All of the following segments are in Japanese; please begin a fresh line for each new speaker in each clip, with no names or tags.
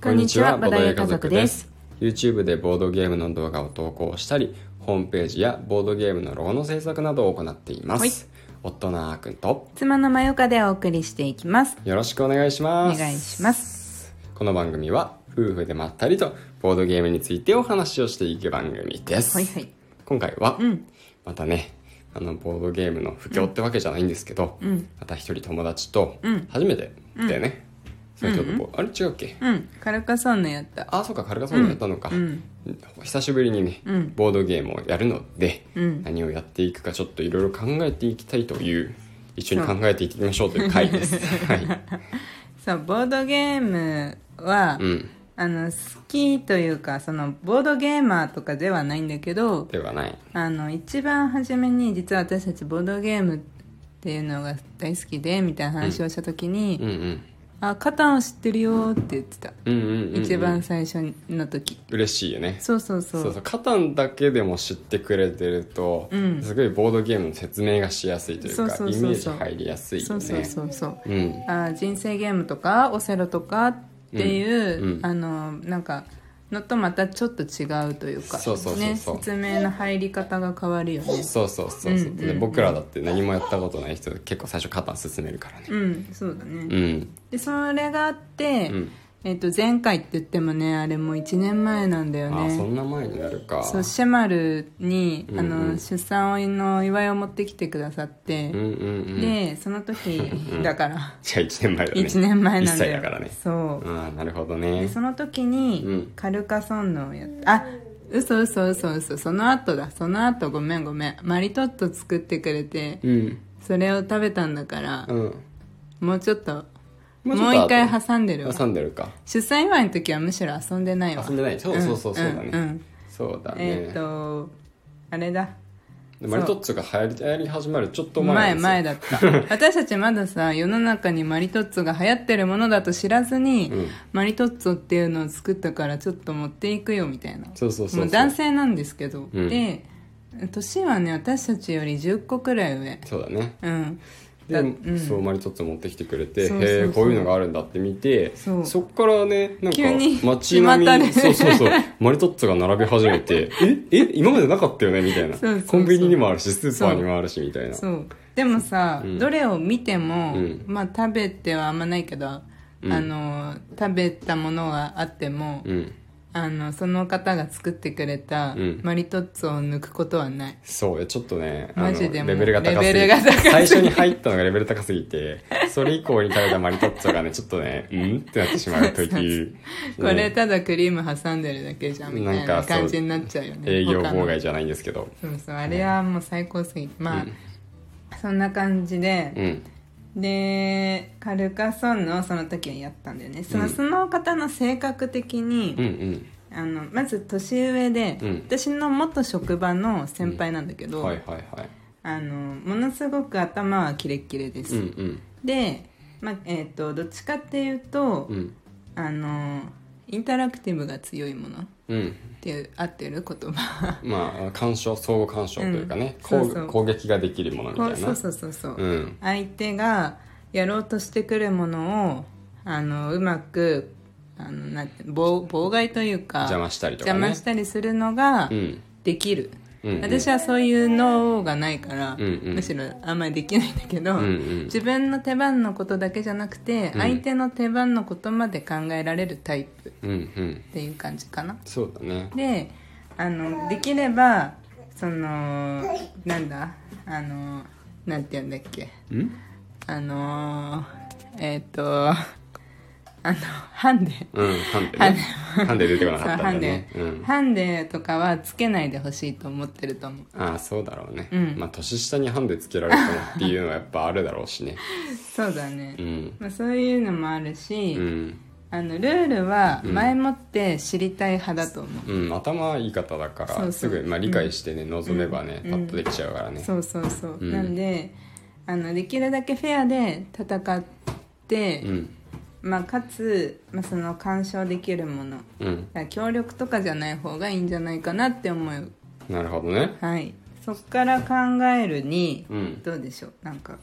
こんにちはボードゲー家族です
YouTube でボードゲームの動画を投稿したりホームページやボードゲームのロゴの制作などを行っています、
はい
夫のあーくんと
妻のまよかでお送りしていきます
よろしくお願いし
お
ます
願いします
この番組は夫婦でまったりとボードゲームについてお話をしていく番組です、
はいはい
今回は、
ん
またねあのボードゲームの布教ってわけじゃないんですけど、また一人友達と
うん
初めてだよね、それちょっとこうあれ違うっけ
うんカルカソンヌやった
あそうかカルカソンヌやったのか、
うん
久しぶりにね、
うん
ボードゲームをやるので、
うん
何をやっていくかちょっといろいろ考えていきたいという一緒に考えていきましょうという回です はい、
そうボードゲームは、
うん、
あの好きというかそのボードゲーマーとかではないんだけど
ではない
あの一番初めに実は私たちボードゲームっていうのが大好きでみたいな話をした時に「
うんうん
あカタンを知ってるよ」って言ってた、
うんうんうんうん
一番最初の時
嬉しいよね
そうそうそう
そうそうカタンだけでも知ってくれてると、
うん
すごいボードゲームの説明がしやすいというか
そうそうそうそう
イメージ入りやすいよね
そうそうそうそう
うん
あー人生ゲームとかオセロとかっていう、
うんうん
あのなんかのとまたちょっと違うというか
そうそうそうそう
ね、説明の入り方が変わるよね
そうそうそうそう、
うん
で僕らだって何もやったことない人結構最初カタン進めるからね
うんそうだね、
うん
でそれがあって、
うん
えっと前回って言ってもねあれも1年前なんだよ
ああそ
ね
んな前になるか
そうシェマルに、あ
うんう
の
ん
出産の祝いを持ってきてくださって、
うんうんうん
でその時だ から
じゃあ1年前だね
1年前なんだよ
1歳だからね
そう
ああなるほど
で
ね
その時
う
に
ん
カルカソンヌをやった、あ嘘嘘嘘嘘その後だその後ごめんごめんマリトッツォ作ってくれて
うん
それを食べたんだから
う、ん
もうちょっと
も
も
う
う
ちょっと後
一回挟んでるわ
挟んでるか
出産祝いの時はむしろ遊んでないわ
遊んでないそうそうそうそうだね
んん
そうだね、
えっ、とあれだ
でマリトッツォが流行り流行り始まるちょっと前
前
なんですよ
前だった私たちまださ世の中にマリトッツォが流行ってるものだと知らずに、
うん
マリトッツォっていうのを作ったからちょっと持っていくよみたいな
そうそうそうそう
もう男性なんですけど、
うん
で年はね私たちより10個くらい上
そうだね
うん
で、
だうん
そうマリトッツォ持ってきてくれて
そうそうそう
へえこういうのがあるんだって見て
そう
っからねなんか
急に
街並みに
巷
そう
で
そうそうマリトッツォが並び始 めてええ今までなかったよねみたいな
そうそうそう
コンビニにもあるしスーパーにもあるしみたいな
そうでもさ、
うん
どれを見ても、
うん
まあ食べてはあんまないけど、
うん
あの食べたものがあっても、
うん
あのその方が作ってくれた
うん
マリトッツォを抜くことはない、
そうちょっとね
マジで
あ
も
の
う
レベルが高すぎ
レベルが高すぎ
最初に入ったのがレベル高すぎてそれ以降に食べたマリトッツォがねちょっとねうんってなってしまう時
これ
ね
ただクリーム挟んでるだけじゃんみたい
なん
な
かそう
感じになっちゃうよね
営業
他の
妨害じゃないんですけど
そうそうあれはもう最高すぎてまあ、
うん
そんな感じ
う
で、
ん
でカルカソンヌをその時はやったんだよねその,、
うん
その方の性格的に、
うんうん
あのまず年上で、
うん
私の元職場の先輩なんだけど、
はいはいはい
あのものすごく頭はキレッキレで
う
す、
んうん
で、まあえー、とどっちかっていうと、
うん
あのインタラクティブが強いものっ
うん
ていう合ってる言葉
まあ干渉相互干渉というかね、
うん
攻
そうそう
攻撃ができるものみたい
こ
な
う そうそうそうそう、
ん
相手がやろうとしてくるものをあのうまくあのなんて妨妨害というか
邪魔したりとかね
邪魔したりするのが
うん
できる、
うんうん
私はそういう脳がないから、
うんうん
むしろあんまりできないんだけど、
うんうん
自分の手番のことだけじゃなくて、
うん
相手の手番のことまで考えられるタイプっ
うんうん
ていう感じかな
そうだね
であのできればそのなんだあのなんて言うんだっけ
うん
あのー、えっ、と、あの、ハンデ。
うんハンデねハンデ出てこな
そう
かった
ハン
んだ
デ
ね、うん、
ハンデとかはつけないでほしいと思ってると思う。
ああそうだろうね、
うん
まあ年下にハンデつけられてもってい うのはやっぱあるだろうしね
そうだね。
うん
まあ、そういうのもあるし、
うん、
あの、ルールは前もって知りたい派だと思う。
うん、頭いい方だか
そ
ら
うそう
すぐ、まあ、理解してね、望めばねパッとできちゃうからね、
そうそうそう。
うん
なんで、あの、できるだけフェアで戦って、
うん
まあ、かつ、まあ、その干渉できるもの。
うん
だから協力とかじゃない方がいいんじゃないかなって思う
なるほどね
はい、そっから考えるに、
うん
どうでしょうなんか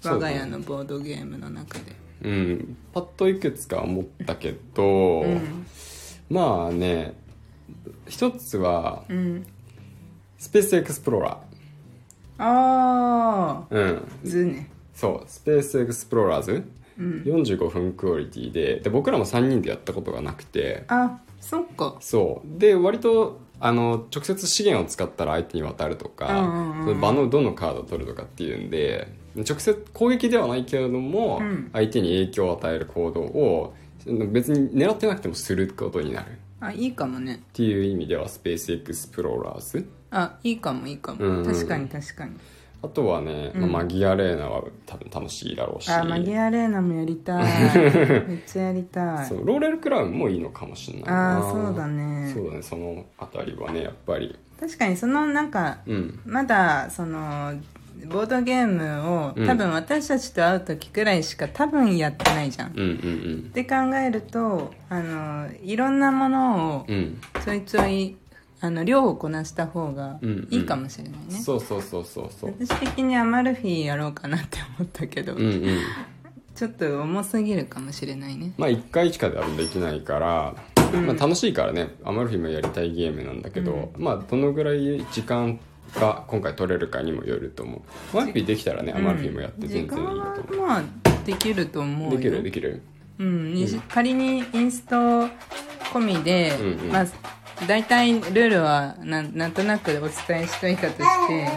そう
我
だ
が
ね
家のボードゲームの中で
うん、パッといくつか思ったけど、
うん
まあね一つは
うん
スペースエクスプローラ
ああ
ーうん
図ね
そうスペースエクスプローラーズ、45分クオリティでで僕らも3人でやったことがなくて
あそっか
そうで割とあの直接資源を使ったら相手に渡るとか、
うんうんうん
その場のどのカードを取るとかっていうんで直接攻撃ではないけれども、
うん
相手に影響を与える行動を別に狙ってなくてもすることになるっ
あいいかもね
ていう意味ではスペースエクスプローラーズ
あいいかもいいかも、
うんうん
確かに確かに
あとはね、まあマギアレーナは多分楽しいだろうし
あマギアレーナもやりた いめっちゃやりたい
そうローレルクラウンもいいのかもしれないな
あーそうだね
そうだねそのあたりはねやっぱり
確かにそのなんか
うん
まだそのボードゲームを
うん
多分私たちと会う時くらいしか多分やってないじゃん、
うんうん
って考えるとあのいろんなものを
うんうん
ちょいちょいあの量をこなした方が
うんうん
いいかもしれないね、
そうそうそうそうそう
私的にアマルフィやろうかなって思ったけど、
うんうん
ちょっと重すぎるかもしれないね
まあ1回しかではできないから、まあ、楽しいからねアマルフィもやりたいゲームなんだけど、まあどのぐらい時間が今回取れるかにもよると思うワンピできたらねアマルフィもやって全然いいんだと
時
思
間はまあできると思う
う、
よ
できるできる
うん、に仮にインスト込みで、
うんうん
まあ大体ルールはなんなんとなくお伝えしといたとして、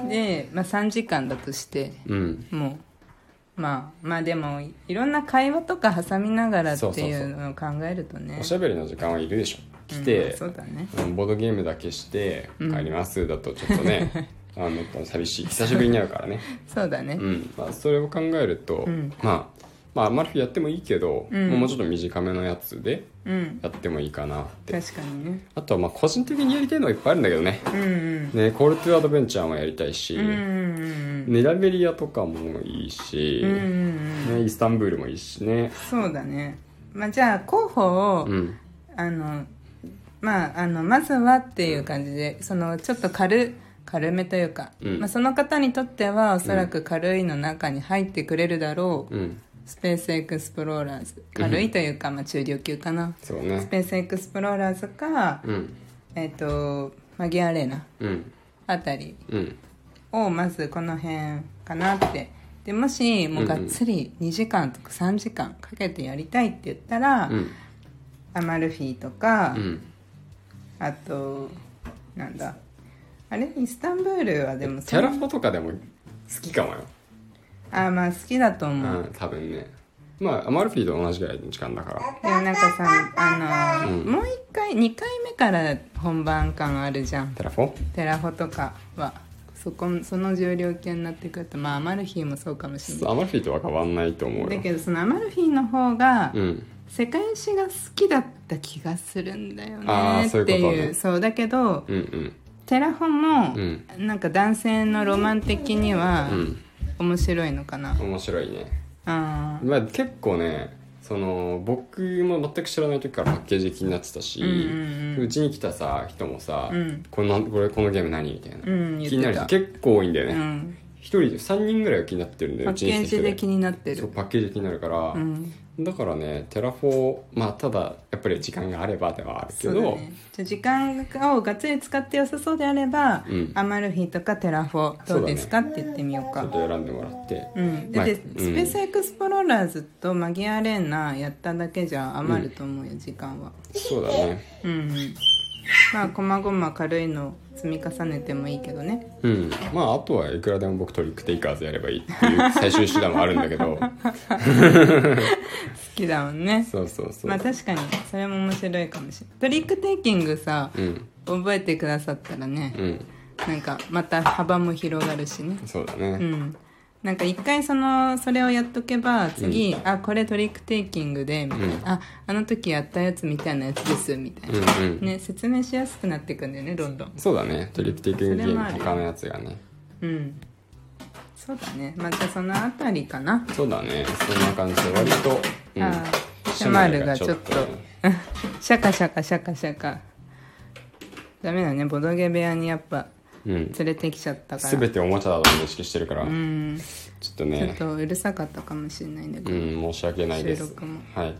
うん
で、まあ、3時間だとして
うん
もうまあまあでもいろんな会話とか挟みながらっ
そうそう
てい
そう
うのを考えるとね
おしゃべりの時間はいるでしょ来て、
うんそうだね
ボードゲームだけして帰りますだとちょっと ね、あの寂しい久しぶりに会うからね、
そうだね
うんまあ、それを考えると、
ん
まあまあマルフィやってもいいけど、もうちょっと短めのやつで
うん、
やってもいいかなって
確かにね
あとはまあ個人的にやりたいのはいっぱいあるんだけどね
うんうん
ねコール・トゥ・アドベンチャーもやりたいし、
うんうんうん
ネラベリアとかもいいし、
うんうんうん
ね、イスタンブールもいいしね
そうだねまあじゃあ候補を、
うん
あのまああのまずはっていう感じで、そのちょっと軽軽めというか、
うん
まあ、その方にとってはおそらく軽いの中に入ってくれるだろう、
うん
スペースエクスプローラーズ軽いというか、まあ、中量級かな
そう
ス
ね
ペースエクスプローラーズか、
うん
えっ、とマギアレーナ
うん
あたり
うん
をまずこの辺かなってでもしもうがっつり2時間とか3時間かけてやりたいって言ったら、
うん
アマルフィとか、
うん
あとなんだあれイスタンブールはでも
テ
そん
ラフォとかでも好きかもよ、
あまあ好きだと
う
思う、
ん、多分ねまあアマルフィと同じぐらいの時間だから
でもなんかさあのーもう一回2回目から本番感あるじゃん
テラフォ
テラフォとかはそこその重量級になってくるとまあアマルフィもそうかもしれない
アマルフィとは変わんないと思う
だ
よ
けどそのアマルフィの方が
うん
世界史が好きだった気がするんだよね
あー
っ
そういう
て
ことね
いうそうだけど
うんうん
テラフォも、
うん
なんか男性のロマン的には
ん
面白いのかな、
面白いね
あー
まあ結構ねその僕も全く知らない時からパッケージ気になってたし、
う
うんちに来たさ人もさ、
うん
このこれこのゲーム何みたいな、
うん言ってた
気になる人結構多いんだよ
う
ね
ん、
一、人で3人ぐらいは気になってるんだよ
パ
う
ッ
ち
ケ
に来
ー
た人
ジで気になって
そう
る
パッケージ気になるから、
うん
だからねテラフォーまあただやっぱり時間があればではあるけ
そうだ
ど、
ねじゃあ時間をがっつり使って良さそうであれば、
うん
アマルフィとかテラフォどうですか、って言ってみよう
ちょ
か
っと選んでもらって、
うん、
ま
だ
あ
って
うん
スペースエクスプローラーズとマギアレーナやっただけじゃ余ると思うよ、時間は
そうだね
うんうんまあこまごま軽いの積み重ねてもいいけどね
うんまああとはいくらでも僕トリックテイカーズやればいいっていう最終手段もあるんだけど
好きだもんね
そうそうそう、
まあ確かにそれも面白いかもしれないトリックテイキングさ、
うん
覚えてくださったらね、
うん
なんかまた幅も広がるしね
そうだ
う
ね
んなんか一回そのそれをやっとけば次、あこれトリックテイキングで、みたいなああの時やったやつみたいなやつですみたいな
う、んうん
ね説明しやすくなっていくんだよねどんどん
そうだねトリックテイキングゲ
それも
ー
ある
ム他のやつがね
うんそうだねまあじゃあそのあたりかな、
そうだねそんな感じで割と、うん、
あーシャマルがちょっと
シャマルが
シャカシャカシャカシャカダメだねボドゲ部屋にやっぱ
うん
連れてきちゃったから、
全ておもちゃだと認識してるから、
うん、ち
ちょっと
ょっ
ね
とうるさかったかもしれないんだけ
う
ど、
ん申し訳ないで
収
す
録も
はい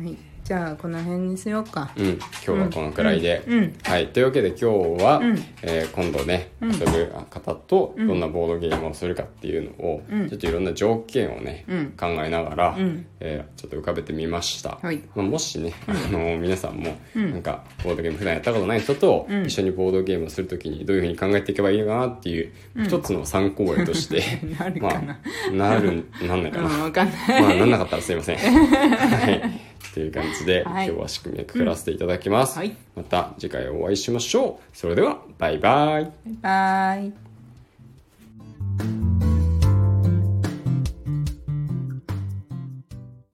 はい、じゃあこの辺にしようか、
うん、今日はこのくらいで、
うんうん
はい、というわけで今日は、
うん
えー今度ね遊ぶ方とどんなボードゲームをするかっていうのを、
うん
ちょっといろんな条件をね、
うん
考えながら、
うん
えーちょっと浮かべてみました、
はい
まあ、もしね、あの皆さんもなんかボードゲーム普段やったことない人と
うん
一緒にボードゲームをするときにどういうふうに考えていけばいいのかなっていう一つの参考例として、
なるかな
まあなるなんないか
う
な、
んわかんない
まあ、なんなかったらすい ません。はい。という感じで、
はい
今日は仕組みをくくらせていただきま
う
す。
んはい
また次回お会いしましょう。それでは、バイバイ。
バイバイ